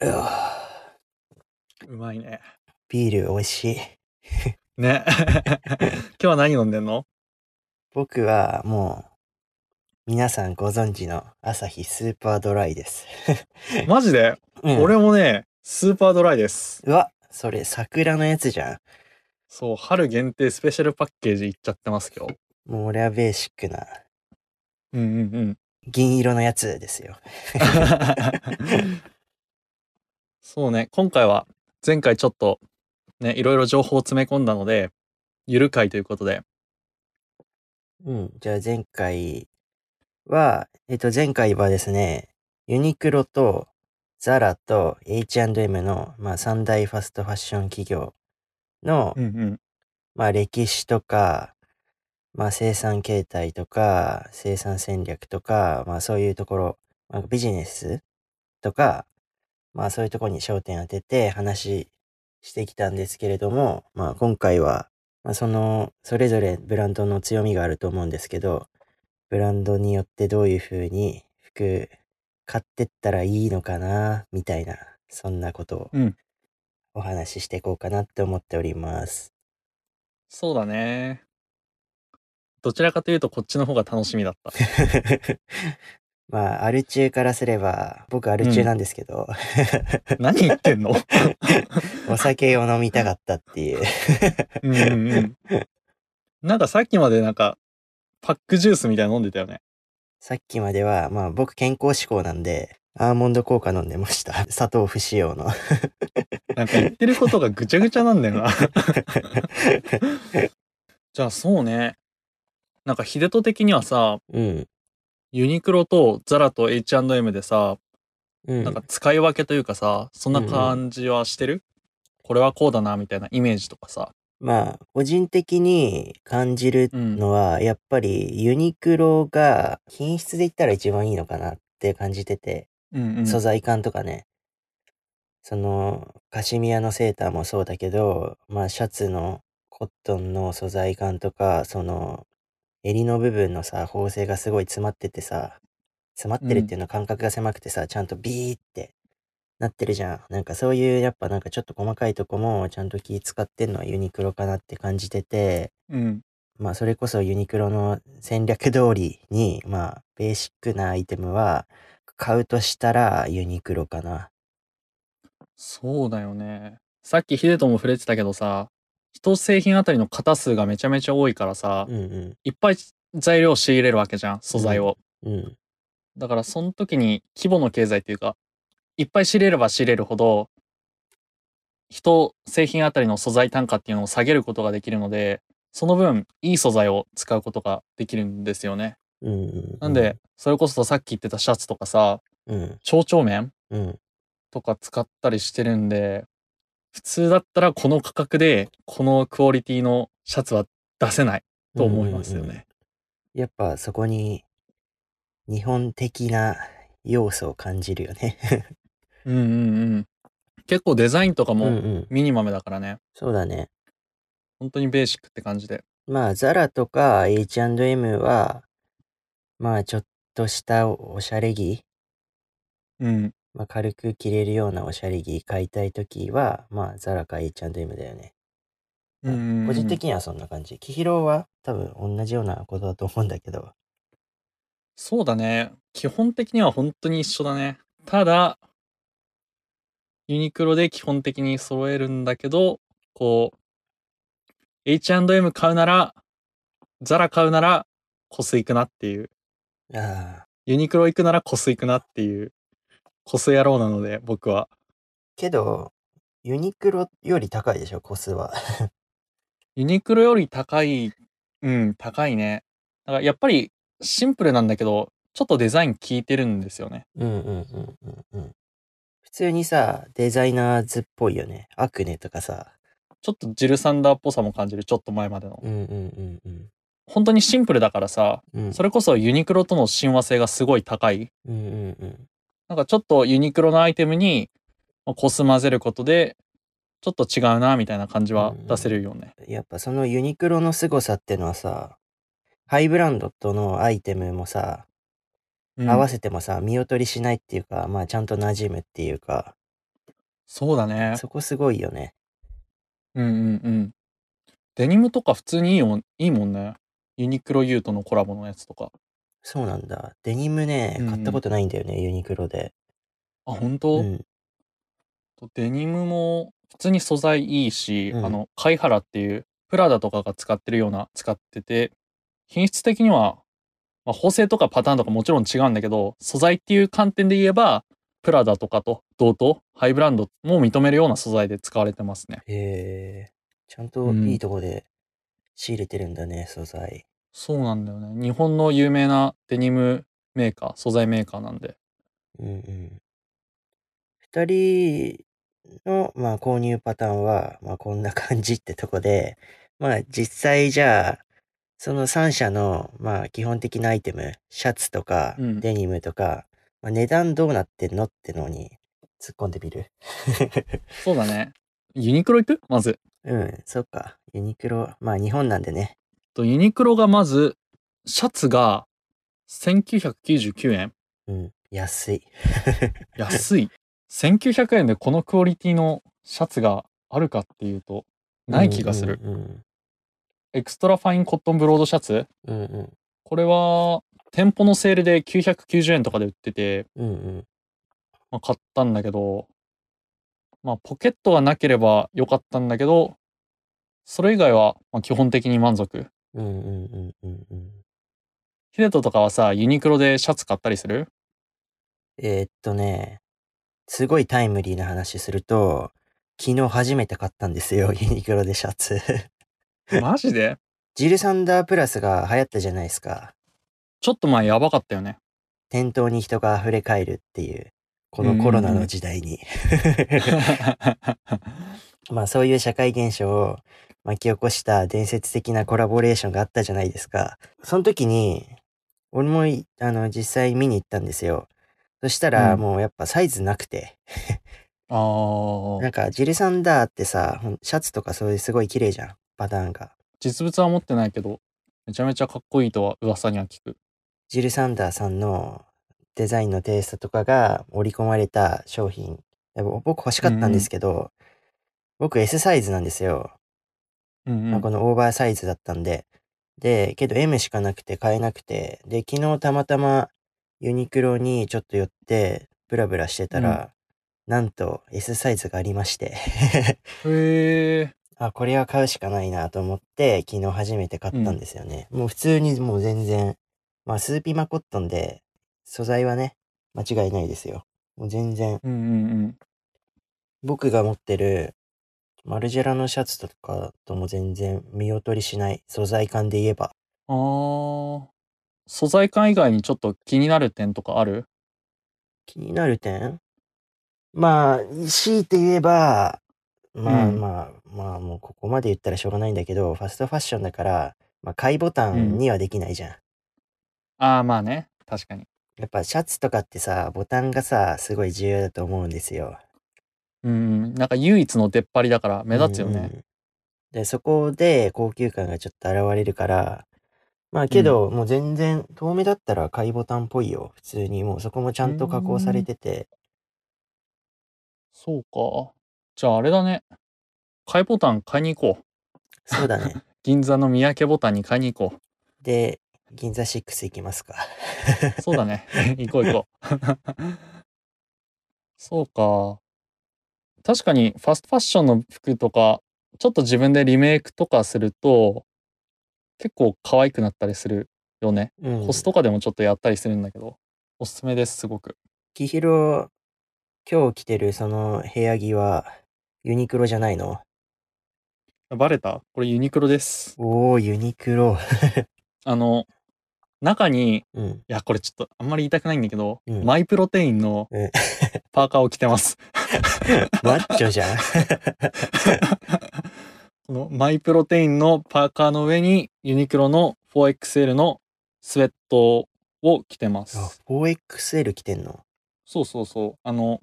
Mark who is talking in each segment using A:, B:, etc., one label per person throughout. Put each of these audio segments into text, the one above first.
A: いや
B: うまいね。
A: ビール美味しい。
B: ね。 今日は何飲んでんの
A: 僕はもう、皆さんご存知の朝日スーパードライです。
B: マジで、
A: うん
B: 俺もね、スーパードライです。
A: うわ、それ桜のやつじゃ
B: そう、春限定スペシャルパッケージいっちゃってます、今日。
A: ん。もう俺はベーシックな
B: うんうんうん。
A: 銀色のやつですよ。
B: そうね、今回は前回ちょっとね、いろいろ情報を詰め込んだので、ゆる会ということで、
A: うん。じゃあ前回は、えっと前回はですね、ユニクロとザラと H&M の、まあ、三大ファストファッション企業の、
B: うんうん、
A: まあ歴史とか、まあ生産形態とか、生産戦略とか、まあそういうところ、まあ、ビジネスとか、まあそういうところに焦点当てて話してきたんですけれども、まあ今回は、まあその、それぞれブランドの強みがあると思うんですけど、ブランドによってどういうふうに服買ってったらいいのかな、みたいな、そんなことを
B: うん
A: お話ししていこうかなって思っております。
B: そうだね。どちらかというとこっちの方が楽しみだった。
A: まあ、アル中からすれば、僕アル中なんですけど、
B: 何言ってん の
A: お酒を飲みたかったっていう。
B: うんうんうん。なんかさっきまでなんか、パックジュースみたいなの飲んでたよね。
A: さっきまでは、まあ僕健康志向なんで、アーモンド効果飲んでました。砂糖不使用の。
B: なんか言ってることがぐちゃぐちゃなんだよな。じゃあそうね。なんか秀人的にはさ、
A: うん。
B: ユニクロとザラと H&M でさ、
A: うん。
B: なんか使い分けというかさ、そんな感じはしてる、これはこうだなみたいなイメージとかさ。
A: まあ、個人的に感じるのは、やっぱりユニクロが品質で言ったら一番いいのかなって感じてて、
B: うんうん。
A: 素材感とかね、そのカシミヤのセーターもそうだけど、まあ、シャツのコットンの素材感とかその襟の部分のさ縫製がすごい詰まっててさ詰まってるっていうのは間隔が狭くてさ、ちゃんとビーってなってるじゃんなんかそういうやっぱなんかちょっと細かいとこもちゃんと気使ってんのはユニクロかなって感じてて
B: うん。
A: まあそれこそユニクロの戦略通りに、まあベーシックなアイテムは買うとしたらユニクロかな。
B: そうだよね。さっき秀人も触れてたけどさ、一製品あたりの型数がめちゃめちゃ多いからさ、
A: うんうん。
B: いっぱい材料を仕入れるわけじゃん、素材を。
A: うん。
B: だからその時に規模の経済というか、いっぱい仕入れれば仕入れるほど、人、製品あたりの素材単価っていうのを下げることができるので、その分、いい素材を使うことができるんですよね。
A: うんうん。
B: なんで、、それこそさっき言ってたシャツとかさ、
A: うん。
B: 蝶々面
A: うん。
B: とか使ったりしてるんで、普通だったらこの価格で、このクオリティのシャツは出せないと思いますよ
A: うんうんうん
B: ね。
A: やっぱそこに日本的な要素を感じるよね。
B: うんうんうん。結構デザインとか
A: うんう
B: も
A: ん。
B: ミニマムだからね。
A: そうだね。
B: 本当にベーシックって感じで。
A: まあザラとか H&M は、まあちょっとしたおしゃれ着
B: うん。
A: まあ、軽く着れるようなおしゃれ着買いたいときは、まあ、ザラか H&M だよね。
B: うんうんうん
A: 個人的にはそんな感じ。キヒロは多分同じようなことだと思うんだけど。
B: そうだね。基本的には本当に一緒だね。ただ、ユニクロで基本的に揃えるんだけど、こう、H&M 買うなら、ザラ買うなら、コス行くなっていう。
A: ああ。
B: ユニクロ行くならコス行くなっていう、コス野郎なので、僕は。
A: けど、ユニクロより高いでしょ、コスは。
B: ユニクロより高い、うん、高いね。だからやっぱりシンプルなんだけど、ちょっとデザイン効いてるんですよね。
A: うんうんうんうんうん。普通にさ、デザイナーズっぽいよね。アクネとかさ。
B: ちょっとジルサンダーっぽさも感じる、ちょっと前までの。
A: うんうんうん
B: 本当にシンプルだからさ、
A: うん。うん
B: それこそユニクロとの親和性がすごい高い。
A: うんうんうん。
B: なんかちょっとユニクロのアイテムにまあコス混ぜることで、ちょっと違うな、みたいな感じは出せるよね。
A: やっぱそのユニクロの凄さってのはさ、ハイブランドとのアイテムもさ、
B: うん
A: 合わせてもさ見劣りしないっていうかまあちゃんと馴染むっていうか
B: そうだね。
A: そこすごいよね。
B: うんうんうん。デニムとか普通にいいもんいいもんね。ユニクロ U とのコラボのやつとか。
A: そうなんだ。デニム
B: う
A: ね
B: んう、ん
A: 買ったことないんだよね、ユニクロで。
B: あ、本当、
A: うん。
B: デニムも普通に素材いいし、
A: うん
B: あの、貝原っていうプラダとかが使ってるような使ってて、品質的には、まあ、縫製とかパターンとかもちろん違うんだけど、素材っていう観点で言えば、プラダとかと同等、ハイブランドも認めるような素材で使われてますね。
A: へえちゃん
B: う
A: と
B: ん
A: いいとこで仕入れてるんだね、素材。
B: そうなんだよね。日本の有名なデニムメーカー、素材メーカーなんで。
A: うんうん。二人の、まあ、購入パターンは、まあ、こんな感じってとこで、 まあ、実際じゃあ、その3社の、まあ、基本的なアイテム、シャツとか、
B: うん
A: デニムとか、まあ、値段どうなってんのってのに突っ込んでみる。
B: そうだね。ユニクロ行くまず。
A: うん、そっか。ユニクロ、まあ、日本なんでね。
B: とユニクロがまず、シャツが1999円。
A: うん、安い。
B: 安い。1900円でこのクオリティのシャツがあるかっていうと、ない気がする。
A: うん
B: エクストラファインコットンブロードシャツ
A: うんうん。うん
B: これは、店舗のセールで990円とかで売ってて、
A: うん。うんうん。
B: まあ、買ったんだけど、まあ、ポケットがなければよかったんだけど、それ以外はまあ基本的に満足。
A: うんうんうんうんうん。
B: ヒデトとかはさ、ユニクロでシャツ買ったりする
A: えーっとね、すごいタイムリーな話すると、昨日初めて買ったんですよ、 ユニクロでシャツ。
B: マジで
A: ジルサンダープラスが流行ったじゃないですか。
B: ちょっと前やばかった よね。
A: 店頭に人が溢れ返るっていう、こ
B: うん
A: の
B: うんうん
A: コロナの時代に。 まあそういう社会現象を巻き起こした伝説的なコラボレーションがあったじゃないですか。その時に、俺もいあの実際見に行ったんですよ。そしたら
B: うん
A: もうやっぱサイズなくて。
B: あー
A: なんかジルサンダーってさ、ほんシャツとかそういうすごい綺麗じゃん、パターンが。
B: 実物は持ってないけど、めちゃめちゃかっこいいとは噂には聞く。
A: ジル・サンダーさんのデザインのテイストとかが織り込まれた商品。でも僕欲しかったんですけど、僕 S サイズなんですよ。
B: うんう
A: まあ
B: ん
A: こ。のオーバーサイズだったんで。で、けど M しかなくて買えなくて、で、昨日たまたまユニクロにちょっと寄って、ブラブラしてたら、なんと S サイズがありまして、
B: へえ。
A: あ、これは買うしかないなと思って、昨日初めて買ったんですよね。もう普通にもう全然、まあスーピマコットンで、素材はね、間違いないですよ。もう全然、
B: うんうんうん。
A: 僕が持ってる、マルジェラのシャツとかとも全然見劣りしない素材感で言えば。
B: あー素材感以外にちょっと気になる点とかある
A: 気になる点まあ、強いて言えば、まあ
B: うん
A: まあ、まあもうここまで言ったらしょうがないんだけど、ファストファッションだから、まあ買いボタンにはできないじゃん
B: ああ、まあね。確かに。
A: やっぱシャツとかってさ、ボタンがさ、すごい重要だと思うんですよ。
B: うんうん。なんか唯一の出っ張りだから目立つよね。
A: うんうんで、そこで高級感がちょっと現れるから、まあけど、もう全然、遠目だったら買いボタンっぽいよ。普通に、もうそこもちゃんと加工されてて。
B: そうか。じゃああれだね。買いボタン買いに行こう。
A: そうだ ね。
B: 銀座の三宅ボタンに買いに行こ
A: で、銀座6行きますか。
B: う。そうだ ね。行こう行こう。そうか。確かにファストファッションの服とか、ちょっと自分でリメイクとかすると、結構可愛くなったりするよね。
A: うん
B: コスとかでもちょっとやったりするんだけど、おすすめです、すごく。
A: きひろ、今日着てるその部屋着は、ユニクロじゃないの
B: バレたこれユニクロです。
A: おー、ユニクロ。
B: あの、中に
A: うん。
B: いや、これちょっとあんまり言いたくないんだけど、
A: うん
B: マイプロテインの
A: うん
B: パーカーを着てます。
A: マッチョじ ゃん。
B: このマイプロテインのパーカーの上にユニクロの 4XL のスウェットを着てます。
A: 4XL 着てんの
B: そうそうそう。あの、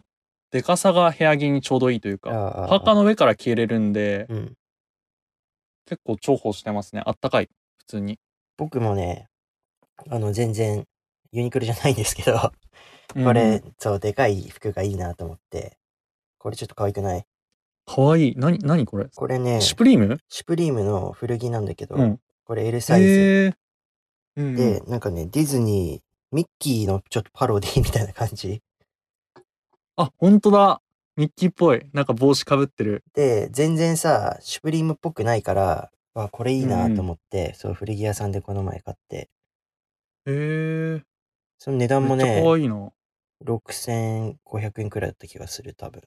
B: でかさが部屋着にちょうどいいというか、
A: あ
B: パーカー
A: の。
B: の上から着れるんで、
A: うん。
B: 結構重宝してますね。あったかい、普通に。
A: 僕もね、あの、全然、ユニクロじゃないんですけど、
B: うん
A: これ、そう、でかい服がいいなと思って、これちょっと可愛くない
B: かわいい。なに、なにこれ
A: これね、
B: シュプリーム
A: シュプリームの古着なんだけど、
B: うん。
A: これ L サイズ
B: へえ。うんう
A: で
B: ん。、
A: なんかね、ディズニー、ミッキーのちょっとパロディみたいな感じ。
B: あ、ほんとだ。ミッキーっぽい。なんか帽子かぶってる。
A: で、全然さ、シュプリームっぽくないから、わ、これいいなと思って、そう、古着屋さんでこの前買って、
B: へえ。
A: その値段も
B: めっち
A: ね
B: ゃ、可愛いな。
A: 6500円くらいだった気がする、多分。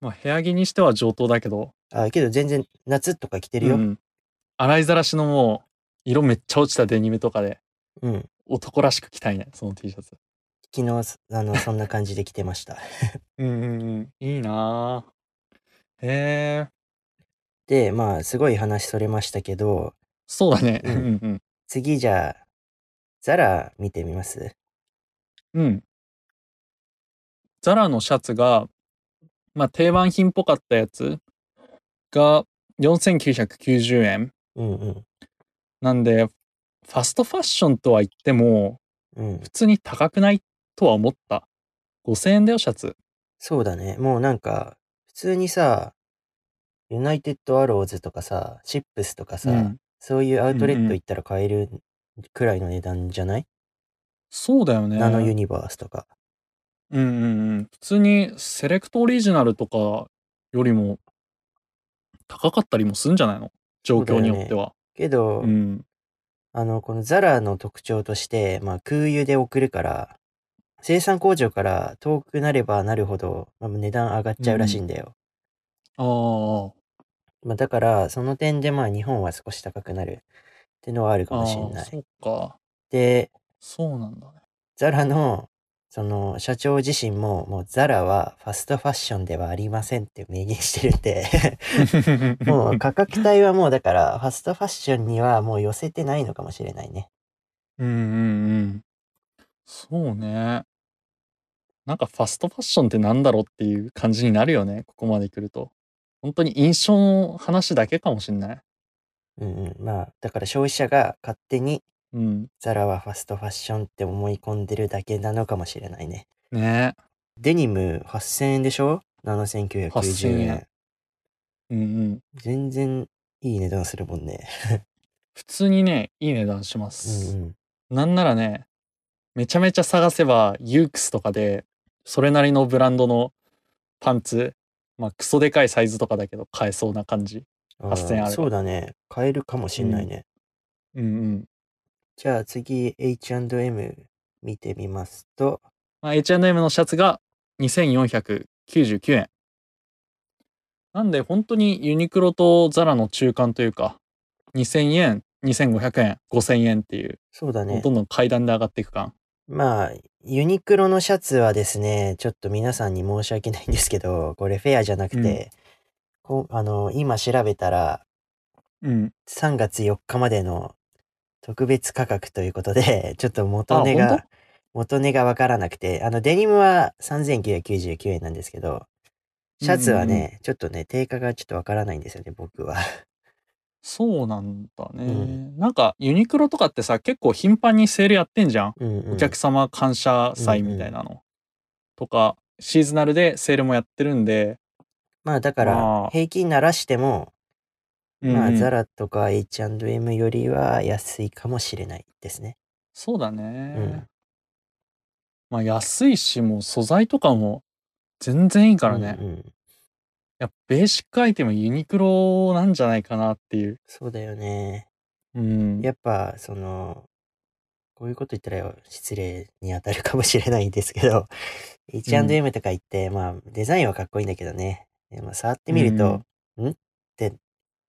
B: まあ、部屋着にしては上等だけど。
A: あ、けど全然夏とか着てるよ。
B: う
A: うん。
B: ん。洗いざらしのもう、色めっちゃ落ちたデニムとかで、男らしく着たいね、その T シャツ。
A: 昨日、あの、そんな感じで着てました。
B: うんうんうん。いいなぁ。へえ。
A: で、まあ、すごい話それましたけど、
B: そうだね。う
A: うん
B: んうん。
A: 次じゃあ、ザラ見てみます。
B: うん。ザラのシャツが、まあ、定番品っぽかったやつが4990円。
A: うんうん。
B: なんで、ファストファッションとは言っても、
A: うん
B: 普。通に高くないとは思った。5000円だよ、シャツ。
A: そうだね。もうなんか、普通にさ、ユナイテッドアローズとかさ、シップスとかさ、
B: うん
A: そういうアウトレ
B: うん
A: ッ
B: うん
A: ト行ったら買えるくらいの値段じゃない、
B: そうだよね。
A: ナノユニバースとか。
B: うんうんうん。普通にセレクトオリジナルとかよりも高かったりもするんじゃないの状況によっては。
A: けど、
B: うん。
A: あの、このザラの特徴として、まあ、空輸で送るから、生産工場から遠くなればなるほど、まあ、値段上がっちゃうらしいんだよ。
B: ああ。
A: まあ、だから、その点で、まあ、日本は少し高くなるってのはあるか
B: あ
A: も
B: あ
A: しれな、い。
B: そっか。
A: で、
B: そうなんだね。
A: ザラの、その、社長自身も、もうザラはファストファッションではありませんって明言してるんで、 もう価 格帯はもうだから、ファストファッションにはもう寄せてないのかもしれないね。
B: うんうんうん。そうね。なんかファストファッションってなんだろうっていう感じになるよね。ここまで来ると。本当に印象の話だけかもしんない。
A: うんうん。まあ、だから消費者が勝手に
B: うん。
A: ザラはファストファッションって思い込んでるだけなのかもしれないね。
B: ね
A: デニム8000円でしょ ?7990
B: 8000
A: 円
B: 円うんうん。
A: 全然いい値段するもんね。
B: 普通にね、いい値段しま
A: う
B: す。
A: んうん。
B: なんならね、めちゃめちゃ探せば、ユークスとかで、それなりのブランドのパンツ、まあ、クソでかいサイズとかだけど、買えそうな感じ。
A: あ
B: 8000円あれ
A: ー
B: ば
A: そうだね。買えるかもしれないね。
B: うんうん。
A: じゃあ次 H&M 見てみますと、
B: まあ、H&M のシャツが2499円。なんで、本当にユニクロとザラの中間というか、2000円、2500円、5000円っていう、
A: そうだね
B: ど。んどん階段で上がっていく感。
A: まあ、ユニクロのシャツはですね、ちょっと皆さんに申し訳ないんですけど、これフェアじゃなくて、こあの、今調べたら、
B: うん。
A: 3月4日までの特別価格ということで、 ちょっと元値
B: あ本
A: が、元値がわからなくて、あの、デニムは3999円なんですけど、シャツは
B: うんうん
A: ね、ちょっとね、定価がちょっとわからないんですよね、僕は。
B: そうなんだね、
A: うん
B: なんかユニクロとかってさ結構頻繁にセールやってんじゃん、
A: うん、 うん。
B: お客様感謝祭みたいなの、とかシーズナルでセールもやってるんで、
A: まあ、だか
B: ま
A: ら
B: あ、
A: 平均ならしても、ま
B: う
A: あ、
B: ん
A: ザラとか H&M よりは安いかもしれないですね。
B: そうだね、
A: うん
B: まあ安いしもう素材とかも全然いいからね、
A: うん
B: い
A: うん
B: やベーシックアイテムユニクロなんじゃないかなっていう、
A: そうだよね。
B: うん、
A: やっぱ、その、こういうこと言ったら失礼に当たるかもしれないんですけど、H&M とか行って、まあ、デザインはかっこいいんだけどね。でも触ってみると、んって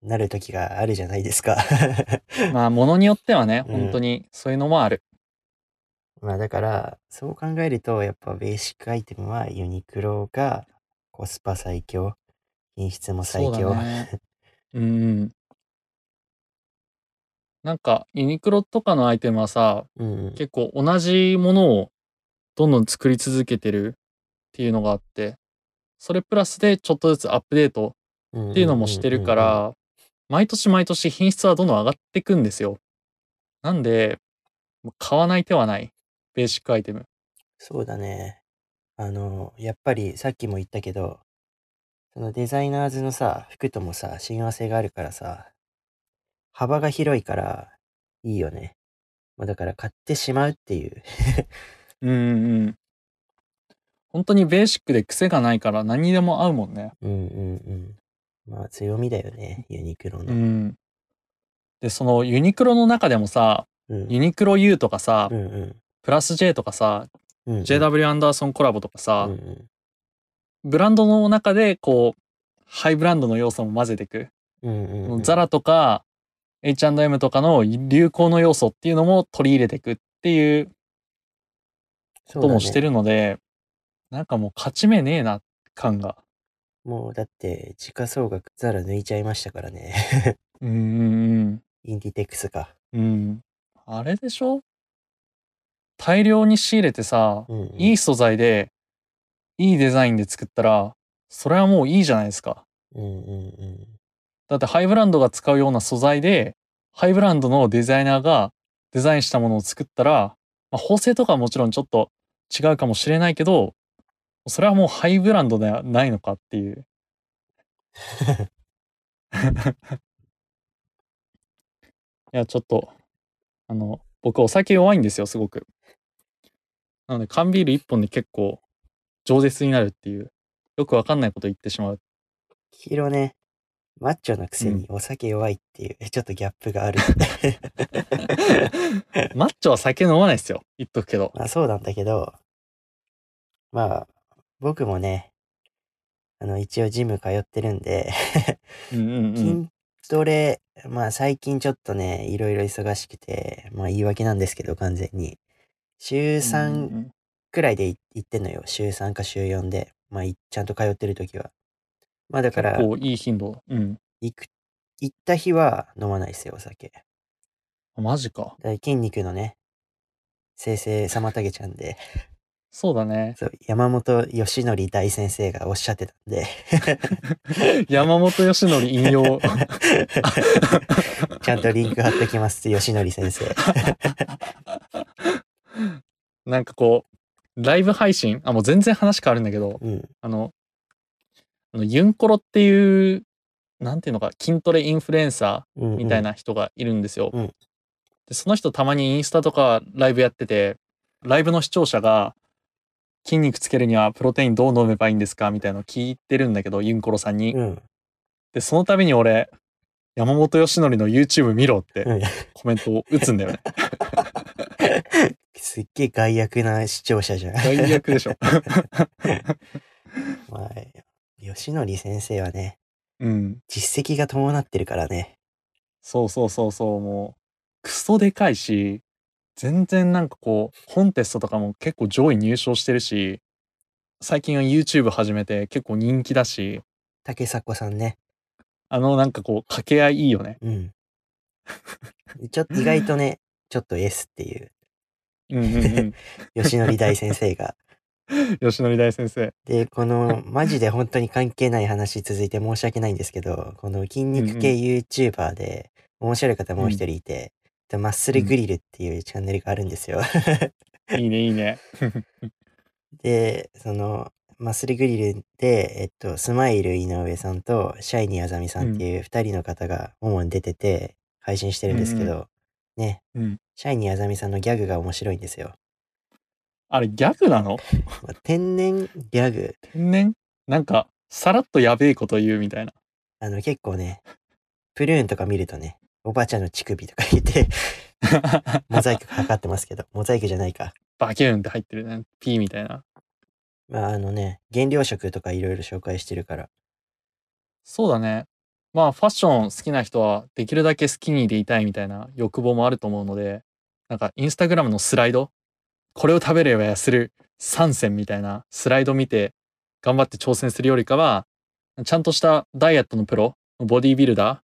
A: なる時があるじゃないですか。
B: まあものによってはね、
A: うん
B: 本当にそういうのもある
A: まあ、だから、そう考えると、やっぱベーシックアイテムはユニクロがコスパ最強、品質も最
B: そう
A: 強。
B: だね。うんうん。なんかユニクロとかのアイテムはさ、
A: うんうん。
B: 結構同じものをどんどん作り続けてるっていうのがあって、それプラスでちょっとずつアップデート
A: っ
B: っていうのもしてるか、ら、毎年毎年品質はどんどん上がっていくんですよ。なんで、もう買わない手はない。ベーシックアイテム。
A: そうだね。あの、やっぱりさっきも言ったけど、そのデザイナーズのさ、服ともさ、親和性があるからさ、幅が広いから、いいよね。まあ、だから買ってしまうっていう。
B: うんうんうん。本当にベーシックで癖がないから何にでも合うもんね。
A: うんうんうん。まあ強みだよね、ユニクロ
B: う
A: の。
B: ん。で、そのユニクロの中でもさ、
A: うん。
B: ユニクロ U とかさ、
A: うんうん。
B: プラス J とかさ、
A: うんうん、
B: JW アンダーソンコラボとかさ、
A: うんうん
B: ブランドの中でこう、ハイブランドの要素も混ぜていく。
A: うんうんうん。
B: ザラとか H&M とかの流行の要素っていうのも取り入れていくっていう
A: そう
B: こと
A: だね
B: もしてるので、なんかもう勝ち目ねえな感が。
A: もうだって、時価総額ザラ抜いちゃいましたからね。
B: うんうん
A: インディテックスか。
B: うん。うん。あれでしょ大量に仕入れてさ、
A: うん、うん。
B: いい素材で、いいデザインで作ったら、それはもういいじゃないですか。
A: うんうん
B: だってハイブランドが使うような素材で、ハイブランドのデザイナーがデザインしたものを作ったら、まあ、縫製とかはもちろんちょっと違うかもしれないけど、それはもうハイブランドではないのかっていう。いや、ちょっと、あの、僕お酒弱いんですよ、すごく。なので、缶ビール一本で結構、饒舌になるっていう、よくわかんないこと言ってしまう。
A: 黄色ね、マッチョなくせにお酒弱いっていう、 ちょっとギャップが ある。
B: マッチョは酒飲まないですよ、言っとくけど。
A: まあそうなんだけど、まあ、僕もね、あの、一応ジム通ってるんで、
B: うんうんうん。
A: 筋トレ、まあ最近ちょっとね、いろいろ忙しくて、まあ言い訳なんですけど、完全に。週
B: うん
A: 3
B: うん
A: くらいでい行ってんのよ。週3か週4で。まあ、いちゃんと通ってる時は。まあだから、
B: 結構いい頻度。うん。
A: 行く、行った日は飲まないですよ、お酒。だか
B: あマジか。
A: ら筋肉のね、生成妨げちゃうん で、
B: そうだね。
A: そう、山本義則大先生がおっしゃってたん で、
B: 山本義則引用。
A: ちゃんとリンク貼っときます、義則先生。
B: なんかこう、ライブ配信あ、もう全然話変わるんだけど、
A: うん、
B: あの、あのユンコロっていう、なんていうのか、筋トレインフルエンサ
A: うん、うん
B: ーみたい。な人がいるんですよ。
A: うん
B: でその人たまにインスタとかライブやってて、ライブの視聴者が、筋肉つけるにはプロテインどう飲めばいいんですかみたいなのを聞いてるんだけど、ユンコロさんに。
A: うん、
B: で、その度に俺、山本義則の YouTube 見ろって
A: うん。
B: コメントを打つんだよ ね。
A: すっげえ害悪な視聴者じゃん。
B: 大悪でしょ。
A: まあ、義則先生はね、
B: うん。
A: 実績が伴ってるからね。
B: そうそうそうそう、もう、クソでかいし、全然なんかこう、コンテストとかも結構上位入賞してるし、最近は YouTube 始めて結構人気だし、
A: 竹迫さんね。
B: あのなんかこう、掛け合いいいよね。
A: うん。ちょっと意外とね、ちょっと S っていう、
B: うんうんうん。
A: 吉典大先生が。
B: 吉典大先生。
A: で、この、マジで本当に関係ない話続いて申し訳ないんですけど、この筋肉系
B: う
A: YouTuber で、面白い方もう一人いて、でマッスルグリルっていうチャンネルがあるんですよ。
B: いいねいいね。
A: で、その、マッスルグリルで、えっと、スマイル井上さんと、シャイニーあざみさんっていう二人の方が主に出てて、配信してるんですけ
B: う
A: ど、ね、
B: うん。
A: シャイニーあざみさんのギャグが面白いんですよ。
B: あれギャグなの
A: まあ天然ギャグ、
B: 天然なんか、さらっとやべえこと言うみたいな。
A: あの結構ね、プルーンとか見るとね、おばあちゃんの乳首とか言って、 モザイクかかってますけど、モザイクじゃないか。
B: バキューンって入ってるね。ピーみたいな。
A: まああのね、原料食とかいろいろ紹介してるから、
B: そうだね。まあ、ファッション好きな人は、できるだけスキニーでいたいみたいな欲望もあると思うので、なんか、インスタグラムのスライド、これを食べれば痩せる3選みたいなスライド見て、頑張って挑戦するよりかは、ちゃんとしたダイエットのプロ、ボディービルダ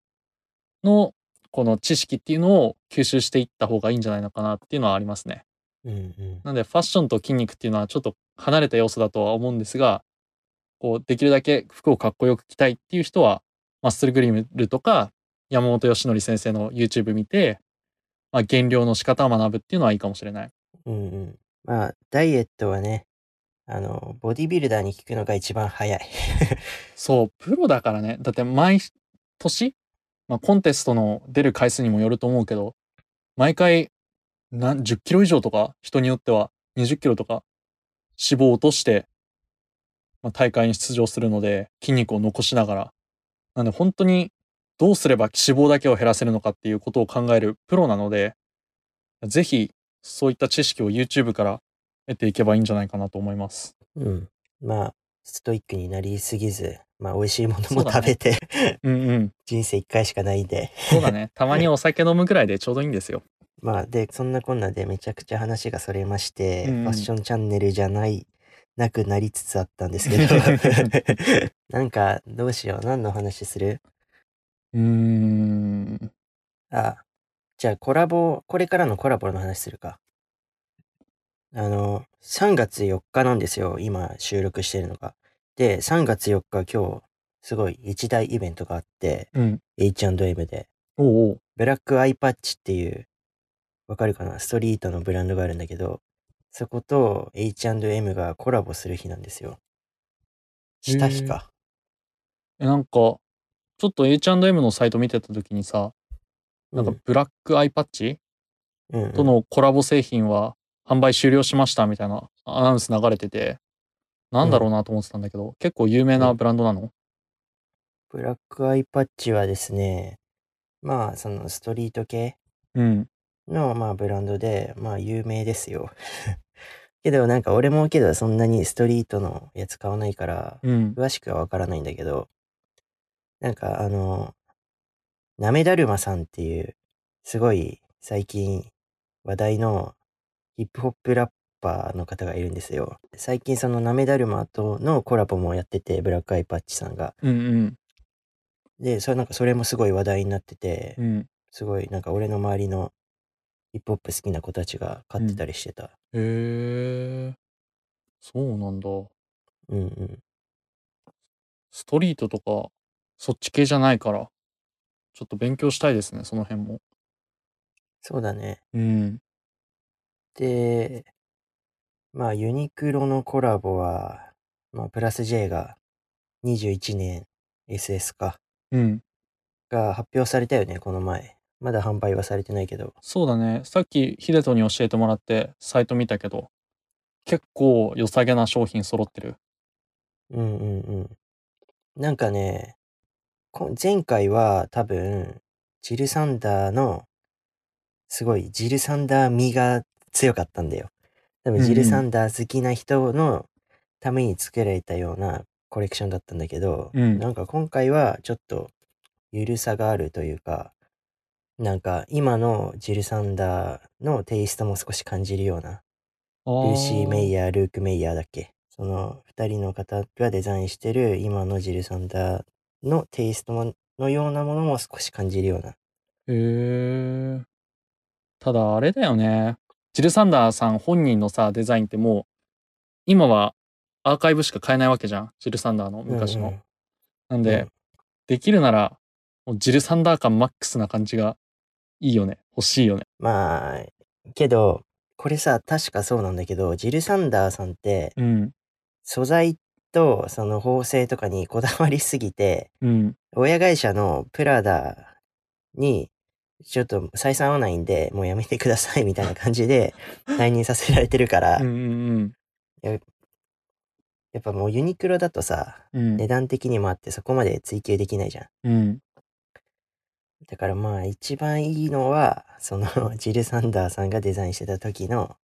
B: ーの、この知識っていうのを吸収していった方がいいんじゃないのかなっていうのはありますね。
A: うんうん。
B: なのでファッションと筋肉っていうのはちょっと離れた要素だとは思うんですが、こうできるだけ服をかっこよく着たいっていう人は、マッスルグリルとか山本義則先生の YouTube 見て、まあ、減量の仕方を学ぶっていうのはいいかもしれない。
A: うんうん。まあ、ダイエットはね、あの、ボディビルダーに聞くのが一番早い。
B: そう、プロだからね。だって毎年、まあ、コンテストの出る回数にもよると思うけど、毎回、なん10キロ以上とか、人によっては20キロとか、脂肪を落として、まあ、大会に出場するので、筋肉を残しながら。なんで本当に、どうすれば脂肪だけを減らせるのかっていうことを考えるプロなので、ぜひ、そういった知識を YouTube から得ていけばいいんじゃないかなと思います。
A: うん。まあ、ストイックになりすぎず、まあ、美味しいもの
B: そう
A: も
B: だ
A: 食
B: ね
A: べて、
B: うんうん。
A: 人生一回しかないんで。
B: そうだ ね。たまにお酒飲むくらいでちょうどいいんですよ。
A: まあ、で、そんなこんなでめちゃくちゃ話がそれまして、
B: うんうん
A: ファッションチャンネルじゃない、なくなりつつあったんですけ ど。なんか、どうしよう。何の話する
B: うーん。
A: あ、じゃあコラボ、これからのコラボの話するか。あの、3月4日なんですよ。今収録してるのが。で、3月4日今日、すごい一大イベントがあって、
B: うん。
A: H&M で、
B: おうおう。
A: ブラックアイパッチっていう、わかるかなストリートのブランドがあるんだけど、そこと H&M がコラボする日なんですよ。した日か。
B: え、なんか、ちょっと H&M のサイト見てた時にさ、なんか
A: うん
B: ブラックアイパッチ
A: うんうん
B: とのコラボ製品は販売終了しましたみたいなアナウンス流れてて、なんだろうなと思ってたんだけど、結構有名なブランドなの
A: ブラックアイパッチはですね、まあ、そのストリート系
B: うん。
A: の、まあ、ブランドで、まあ、有名ですよ。 けど、なんか、俺もけど、そんなにストリートのやつ買わないから、
B: うん。
A: 詳しくはわからないんだけど、なんか、あの、なめだるまさんっていう、すごい最近話題のヒップホップラッパーの方がいるんですよ。最近、そのなめだるまとのコラボもやってて、ブラックアイパッチさんが。
B: うんうん。
A: で、それなんか、それもすごい話題になってて、
B: うん。
A: すごい、なんか俺の周りのヒップホップ好きな子たちが買ってたりしてた。
B: へえ。そうなんだ。
A: うんうん。
B: ストリートとか、そっち系じゃないから、ちょっと勉強したいですね、その辺も。
A: そうだね。
B: うん。
A: で、まあユニクロのコラボは、まあプラス J が21年 SS か
B: うん。
A: が発表されたよね、この前。まだ販売はされてないけど。
B: そうだね。さっきヒデトに教えてもらってサイト見たけど、結構良さげな商品揃ってる。
A: うんうんうん。なんかね、こ前回は多分、ジルサンダーの、すごい、ジルサンダー味が強かったんだよ。多
B: うん
A: 分、
B: うん
A: ジルサンダー好きな人のために作られたようなコレクションだったんだけど、
B: うん
A: なんか今回はちょっと、ゆるさがあるというか、なんか今のジルサンダーのテイストも少し感じるような
B: あ
A: ルーシー・メイ
B: ヤ
A: ヤー、ルーク・メイヤーだっけその2人の方がデザインしてる今のジル・サンダーのテイストものようなものも少し感じるような。
B: へえ。ただあれだよね。ジルサンダーさん本人のさ、デザインってもう、今はアーカイブしか買えないわけじゃん。ジルサンダーの昔の。
A: うんうん
B: なんで、
A: うん
B: できるなら、もうジルサンダー感マックスな感じがいいよね。欲しいよね。
A: まあ、けど、これさ、確かそうなんだけど、ジル・サンダーさんって
B: うん。
A: 素材とその縫製とかにこだわりすぎて、
B: うん。
A: 親会社のプラダにちょっと採算合わないんで、もうやめてくださいみたいな感じ で退任させられてるから、
B: うんうん
A: やっぱもうユニクロだとさ、
B: うん。う
A: 値
B: ん。
A: 段的にもあってそこまで追求できないじゃん。
B: うん。
A: だからまあ一番いいのは、 そのジル・サンダーさんがデザインしてた時の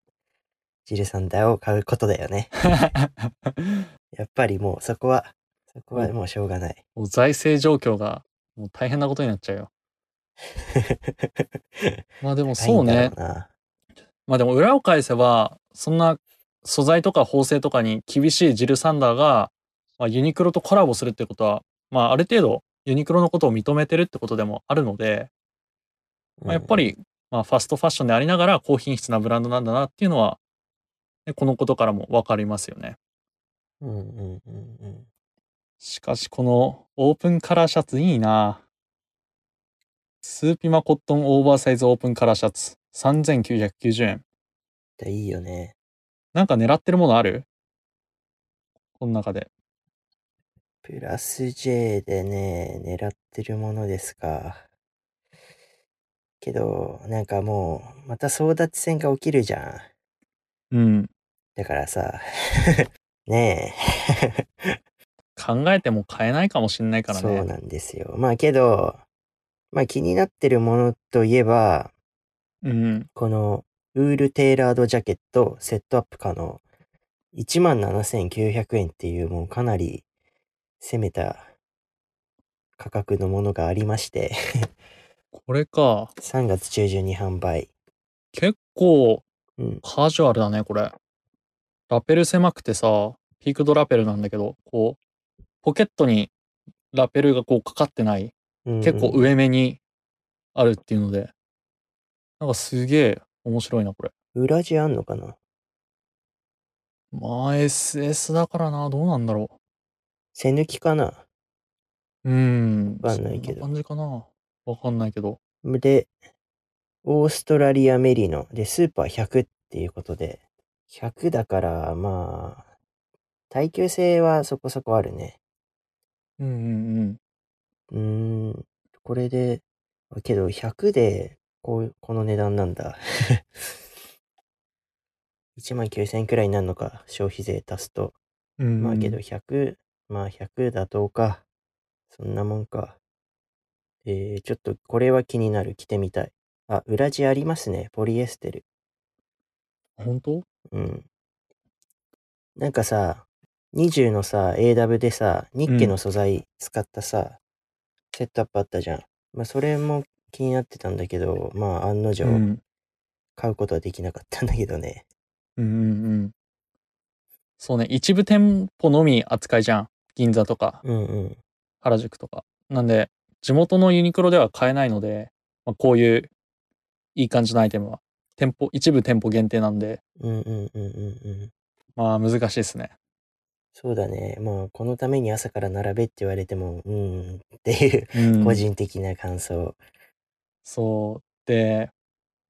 A: ジル・サンダーを買うことだよね。 やっぱりもうそこは、そこはもうしょうがない。
B: もう財政状況がもう大変なことになっちゃうよ。ま あでもそう
A: 高いんだ。
B: ね
A: ろな。
B: まあでも裏を返せば、そんな素材とか縫製とかに厳しいジルサンダーが、まあ、ユニクロとコラボするってことは、まあある程度ユニクロのことを認めてるってことでもあるので、まあ、やっぱ
A: り。
B: り、まあ、ファストファッションでありながら高品質なブランドなんだなっていうのは、ねこのことからもわかりますよね。
A: うんうんうんうん。
B: しかしこのオープンカラーシャツいいなスーピマコットンオーバーサイズオープンカラーシャツ3990円
A: だいいよね。
B: なんか狙ってるものあるこの中で。
A: プラス J でね、狙ってるものですか。けど、なんかもう、また争奪戦が起きるじゃん。
B: うん。
A: だからさ、 ね
B: 考えても買えないかもしれない
A: え、
B: から
A: そう
B: ね。
A: なんですよ。まあけど、まあ気になってるものといえば、
B: うん。
A: このウールテーラードジャケットセットアップ可能17,900円っていうもうかなり攻めた価格のものがありまして、
B: これか。
A: 3月中旬に販売。
B: 結構
A: うん。
B: カジュアルだね、これ。ラペル狭くてさ、ピークドラペルなんだけど、こう、ポケットにラペルがこうかかってない、
A: うんうん
B: 結構上目にあるっていうので、なんかすげえ面白いな、これ。
A: 裏地あんのかな
B: まあ SS だからな、どうなんだろ
A: 背抜きかな
B: う。うーん。
A: わかんないけど
B: そんな感じかな。わかんないけど。
A: で、オーストラリアメリノでスーパー100っていうことで、100だからまあ、耐久性はそこそこあるね。
B: うんうんうん。
A: うーん、これで、けど100で、こう、この値段なんだ。1万9000円くらいになるのか、消費税足すと。
B: うんうん
A: まあけど100、まあ100妥当か。そんなもんか。えー、ちょっとこれは気になる。着てみたい。あ、裏地ありますね。ポリエステル。
B: 本当
A: うん。なんかさ、20のさ、AW でさ、ニッケの素材使ったさ、セットアップあったじゃん。まあ、それも気になってたんだけど、まあ、案の定
B: う、ん。
A: 買うことはできなかったんだけどね。
B: うんうんうん。そうね、一部店舗のみ扱いじゃん。銀座とか、
A: うんうん。
B: 原宿とか。なんで、地元のユニクロでは買えないので、まあ、こういういい感じのアイテムは、店舗、一部店舗限定なんで、
A: うんうんうんうんうん。
B: まあ難しいですね。
A: そうだね。まあ、このために朝から並べって言われても、うん、っていう、
B: うん
A: 個人的な感想。
B: そう。で、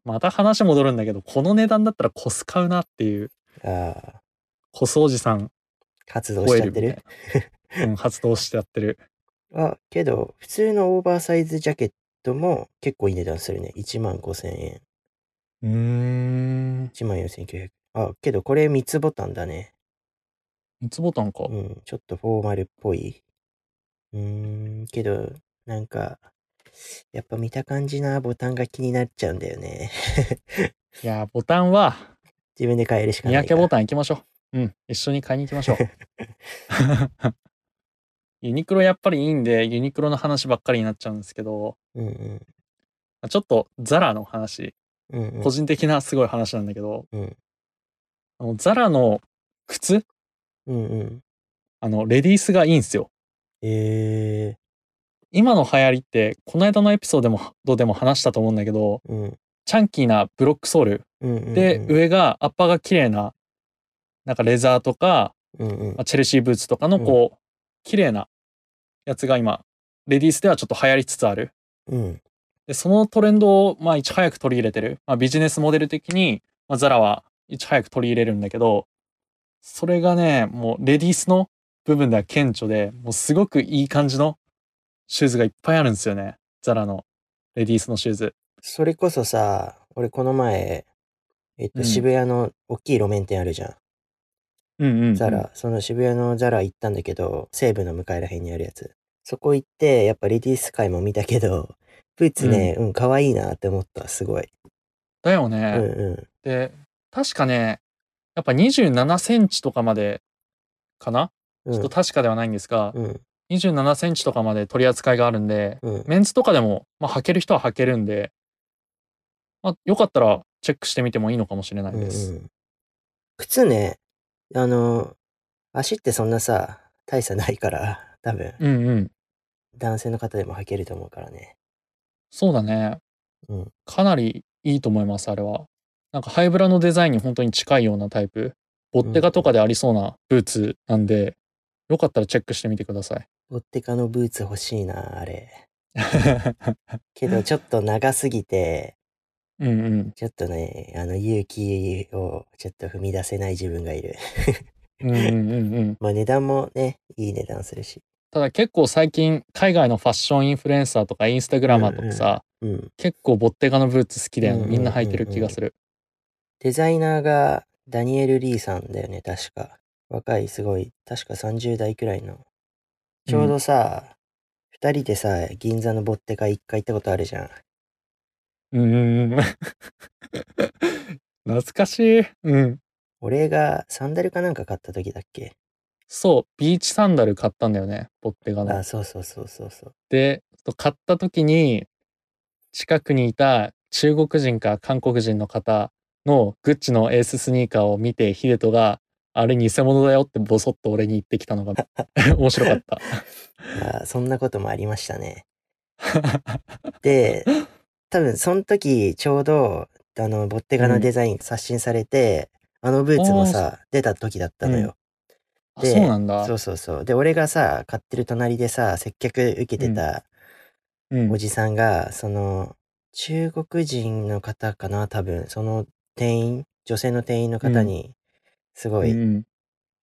B: また話戻るんだけど、この値段だったらコス買うなっていう、
A: ああ、
B: コスおじさん
A: 活動
B: 超
A: し
B: え
A: ちゃっ
B: る
A: て
B: み
A: る。
B: たいな。うん、発動してやってる。
A: あ、けど、普通のオーバーサイズジャケットも結構いい値段するね。1万5000円。
B: うーん。
A: 1万4900。あ、けどこれ3つボタンだね。
B: 三つボタンか。
A: うん、ちょっとフォーマルっぽい。うーん、けど、なんか、やっぱ見た感じなボタンが気になっちゃうんだよね。
B: いや、ボタンは、
A: 自分で変えるしか
B: 三
A: ない
B: 宅
A: から。
B: ボタン行きましょう。うん、一緒に買いに行きましょう。 ユニクロやっぱりいいんで、ユニクロの話ばっかりになっちゃうんですけど、
A: うんうん。
B: ちょっとザラの話、
A: うんうん
B: 個人的なすごい話なんだけど、
A: うん
B: あのザラの靴、
A: うんうん。
B: あの、レディースがいいんですよ。
A: え
B: 今の流行りって、この間のエピソードでもどうでも話したと思うんだけど、
A: ー、うん。
B: チャンキーなブロックソール
A: うんうんうん、
B: で、上が、アッパーが綺麗な、なんかレザーとか、
A: うんうん
B: まあ、チェルシーブーツとかのこう、綺麗なやつが今、レディースではちょっと流行りつつある。
A: うん
B: で、そのトレンドを、まあ、いち早く取り入れてる。まあ、ビジネスモデル的に、まあ、ザラはいち早く取り入れるんだけど、それがね、もう、レディースの部分では顕著で、もう、すごくいい感じのシューズがいっぱいあるんですよね。ザラの、レディースのシューズ。
A: それこそさ、俺この前、えっと、
B: うん
A: 渋谷の大きい路面店あるじゃん。
B: うんうん。
A: ザラ、その渋谷のザラ行ったんだけど、西部の向かいらへんにあるやつ。そこ行って、やっぱレディース界も見たけど、ブーツね、うん、可愛いなって思った、すごい。
B: だよ
A: う
B: ね
A: ん。う
B: で、確かね、やっぱ27センチとかまで、かな、
A: ん。
B: ちょっと確かではないんですが、
A: うん、
B: 27センチとかまで取り扱いがあるんで、
A: うん。
B: メンズとかでも、まあ、履ける人は履けるんで、まあ、よかったらチェックしてみてもいいのかもしれない
A: うんう
B: です。
A: ん、靴ね、あの、足ってそんなさ、大差ないから、多分、
B: うん、うん、
A: 男性の方でも履けると思うからね。
B: そうだね。
A: うん
B: かなりいいと思います、あれは。なんかハイブラのデザインに本当に近いようなタイプ。ボッテガとかでありそうなブーツなんで、よかったらチェックしてみてください。
A: ボッテカのブーツ欲しいな、あれ。けど、ちょっと長すぎて、
B: うんうん。
A: ちょっとね、あの、勇気をちょっと踏み出せない自分がいる。
B: うんうんうんうん。
A: まあ値段もね、いい値段するし。
B: ただ結構最近、海外のファッションインフルエンサーとかインスタグラマーとかさ、
A: うん。
B: 結構ボッテガのブーツ好きだよ
A: うん
B: ね。
A: うん
B: みんな履いてる気がする。
A: デザイナーがダニエル・リーさんだよね、確か。若い、すごい、確か30代くらいの。ちょうどさ、二、人でさ、銀座のボッテが一回行ったことあるじゃん。
B: うんうん うん。懐かしい。うん。
A: 俺がサンダルかなんか買った時だっけ
B: そう、ビーチサンダル買ったんだよね。ボッテガの
A: あ、。そうそうそうそうそう。
B: で、買った時に、近くにいた中国人か韓国人の方のグッチのエーススニーカーを見て、ヒデトが、あれ偽物だよってボソッと俺に言ってきたの が面白か った。
A: あそんなこともありましたね。で、多分その時ちょうど、あの、ボッテガのデザイン刷新されて、あのブーツもさ、出た時だったのよ。
B: あ
A: で
B: そうなんだ。
A: そうそうそう。で、俺がさ、買ってる隣でさ、接客受けてた
B: うん
A: おじさんが、その、中国人の方かな、多分、その店員、女性の店員の方に、すごい、
B: うん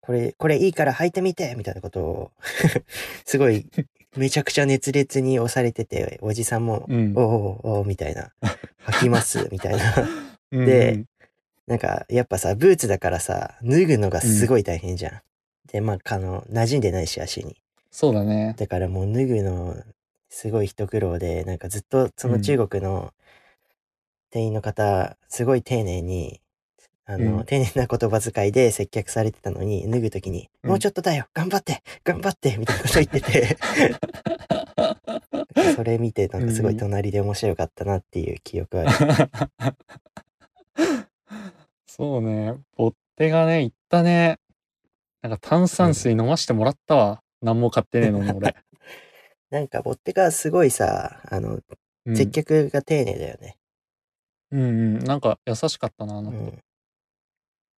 A: これ、これいいから履いてみてみたいなことを、 すごい、めちゃくちゃ熱烈に押されてて、おじさんも、
B: うん
A: おうおうおうみたい な、履きます、みたいな。
B: うん
A: でなんか、やっぱさ、ブーツだからさ、脱ぐのがすごい大変じゃん。で、まあ、あの、馴染んでないし、足に。
B: そうだ ね。
A: だからもう脱ぐの、すごい一苦労で、なんかずっと、そうの
B: ん
A: 中国の店員の方、すごい丁寧に、あの、
B: うん
A: 丁寧な言葉遣いで接客されてたのに、脱ぐときに、
B: うん
A: もうちょっとだよ頑張って頑張ってみたいなこと言って て、それ見て、なんかすごい隣で面白かったなっていう記憶はある。
B: そうね。ボッテがね、行ったね。なんか炭酸水飲ましてもらったわ。何も買ってねえの に俺。
A: なんか、ボッテがすごいさ、あの、
B: うん
A: 接客が丁寧だよね。
B: うんうん。なんか優しかったな、あ
A: う
B: の子。
A: ん。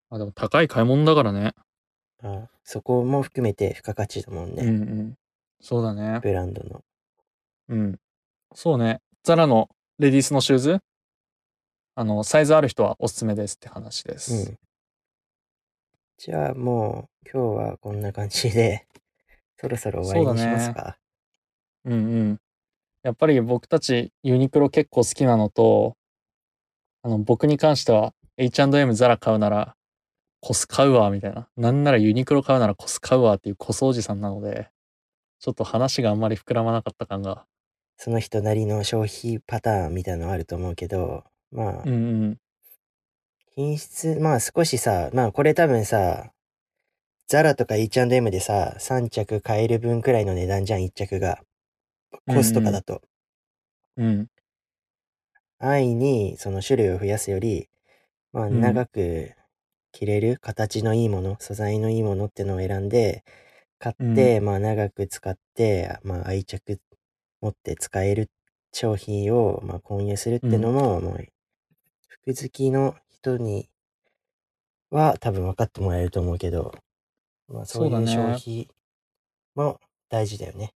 B: あ、でも高い買い物だからね。
A: あそこも含めて付加価値だもんね。
B: うんうん。そうだね。
A: ブランドの。
B: うん。そうね。ザラのレディースのシューズあの、サイズある人はおすすめですって話で
A: う
B: す。
A: ん。じゃあもう今日はこんな感じで、そろそろ終わりにしますか。
B: うんうん。やっぱり僕たちユニクロ結構好きなのと、あの、僕に関しては H&M ザラ買うならコス買うわ、みたいな。なんならユニクロ買うならコス買うわっていうコスおじさんなので、ちょっと話があんまり膨らまなかった感が。
A: その人なりの消費パターンみたいのあると思うけど、まあ
B: うん、うん。
A: 品質、まあ少しさ、まあこれ多分さ、ザラとか H&M でさ、3着買える分くらいの値段じゃん、1着が。コスとかだと。
B: うん。
A: 安易にその種類を増やすより、まあ、
B: うん
A: 長く着れる形のいいもの、素材のいいものってのを選んで買って、まあ長く使って、まあ、愛着持って使える商品をまあ購入するってのも、もう服好きの人には多分分かってもらえると思うけど、まあ、そうい
B: そう
A: う
B: だね
A: 消費も大事だよね。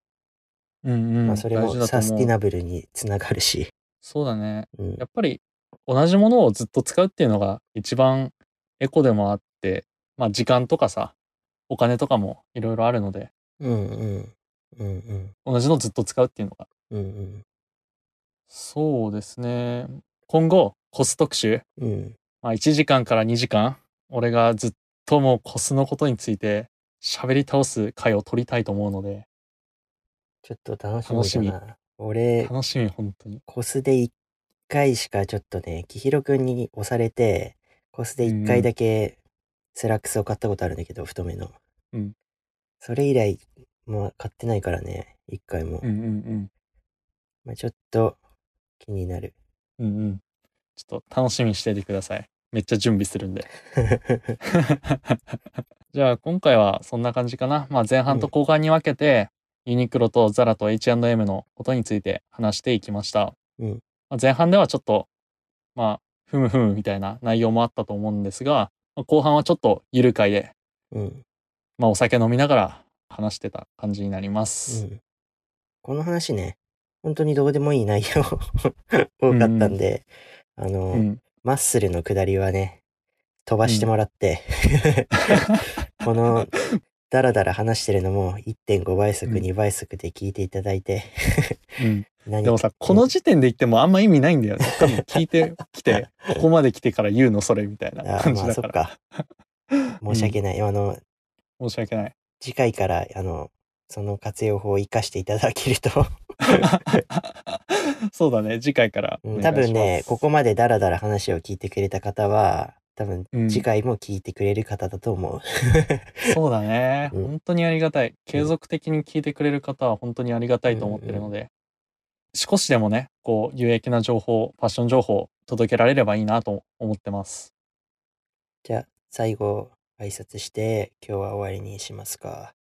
B: うんうん。
A: まあ、それ
B: 大
A: も
B: 事だと
A: サ
B: 思う
A: スティナブルにつながるし。
B: そうだね。
A: うん
B: やっぱり同じものをずっと使うっていうのが一番エコでもあって、まあ時間とかさ、お金とかもいろいろあるので、
A: うんうん。うんうん。
B: 同じのずっと使うっていうのが。
A: うん
B: そうですね。今後、コス特集、
A: うん。うん。
B: まあ1時間から2時間、俺がずっともうコスのことについて喋り倒す回を撮りたいと思うので、
A: ちょっと楽しみだな。俺、
B: 楽しみ、本当に。
A: コスで一回しかちょっとね、きひろくんに押されて、コスで一回だけスラックスを買ったことあるんだけど、太めの。
B: うん
A: それ以来、まあ買ってないからね、一回も。
B: うんうん
A: まあちょっと気にな る。
B: うん。うんうん。ちょっと楽しみにしててください。めっちゃ準備するんで。 じゃあ今回はそんな感じかな。まあ、前半と後半に分けて、ユニクロとザラと H&M のことについて話していきました。
A: うん
B: まあ前半ではちょっと、まあ、ふむふむみたいな内容もあったと思うんですが、まあ後半はちょっとゆる会で、
A: うん。うん。
B: まあ、お酒飲みながら話してた感じになります。
A: この話ね、本当にどうでもいい内容多かったんで、あの、
B: うん。
A: マッスルの下りはね、飛ばしてもらって、この、だらだら話してるのも1.5倍速、
B: うん
A: 2倍速で聞いていただいて、
B: うん、
A: 何
B: でもさこの時点で言ってもあんま意味ないんだよね多分聞いて きてここまで来てから言うのそれみたい
A: あ
B: な感じ
A: まあ
B: だか
A: そっ
B: ら、
A: か。申し訳ない。あの、
B: 申し訳ない
A: 次回から、あの、その活用法を活かしていただける と、
B: そうだね次回からお
A: う
B: 願
A: ん
B: い
A: 多分
B: します
A: ね、ここまでだらだら話を聞いてくれた方は、多分
B: うん
A: 次回も聞いてくれる方だと思う。
B: そうだね、
A: うん
B: 本当にありがたい継続的に聞いてくれる方は本当にありがたいと思ってるので、少しでもねこう有益な情報ファッション情報を届けられればいいなと思ってます
A: じゃあ、最後、挨拶して、今日は終わりにしますか。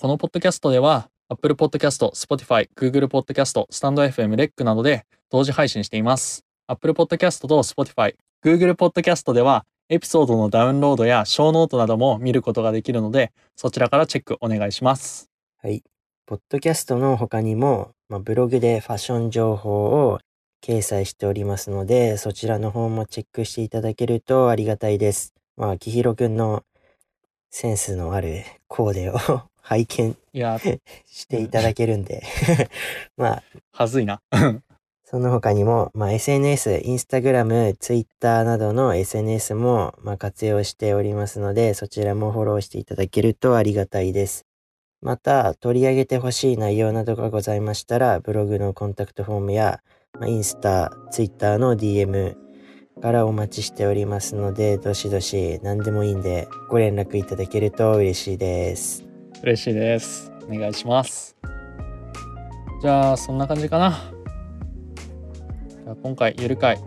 B: このポッドキャストでは Apple Podcast、Spotify、Google Podcast、StandFM、REC などで同時配信しています。Apple Podcast と Spotify、Google Podcast ではエピソードのダウンロードやショーノートなども見ることができるので、そちらからチェックお願いします。
A: はい。ポッドキャストの他にも、まあ、ブログでファッション情報を掲載しておりますので、そちらの方もチェックしていただけるとありがたいです。まあ、きひろくんのセンスのあるコーデを 拝見
B: いや、
A: していただけるんで、 まあ、
B: はずいな。
A: その他にも、まあ、SNS、インスタグラム、ツイッターなどの SNS も、まあ、活用しておりますので、そちらもフォローしていただけるとありがたいです。また、取り上げてほしい内容などがございましたら、ブログのコンタクトフォームや、まあ、インスタ、ツイッターの DM からお待ちしておりますので、どしどし何でもいいんで、ご連絡いただけると嬉しいです。
B: 嬉しいです。お願いします。じゃあ、そんな感じかな。じゃあ今回、ゆる会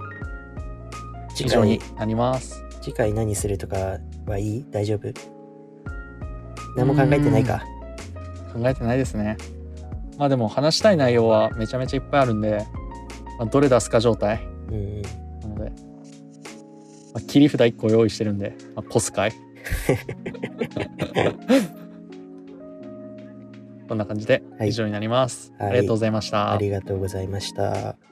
B: 以上になります。
A: 次回何するとかはいい大丈夫何も考えてないか。
B: 考えてないですねまあでも話したい内容はめちゃめちゃいっぱいあるんで、まあ、どれ出すか状態
A: うんうん。
B: なので、まあ、切り札1個用意してるんで、まあ、コス 会こんな感じで
A: はい
B: 以上になります、
A: はい
B: ありがとうございました、
A: ありがとうございました。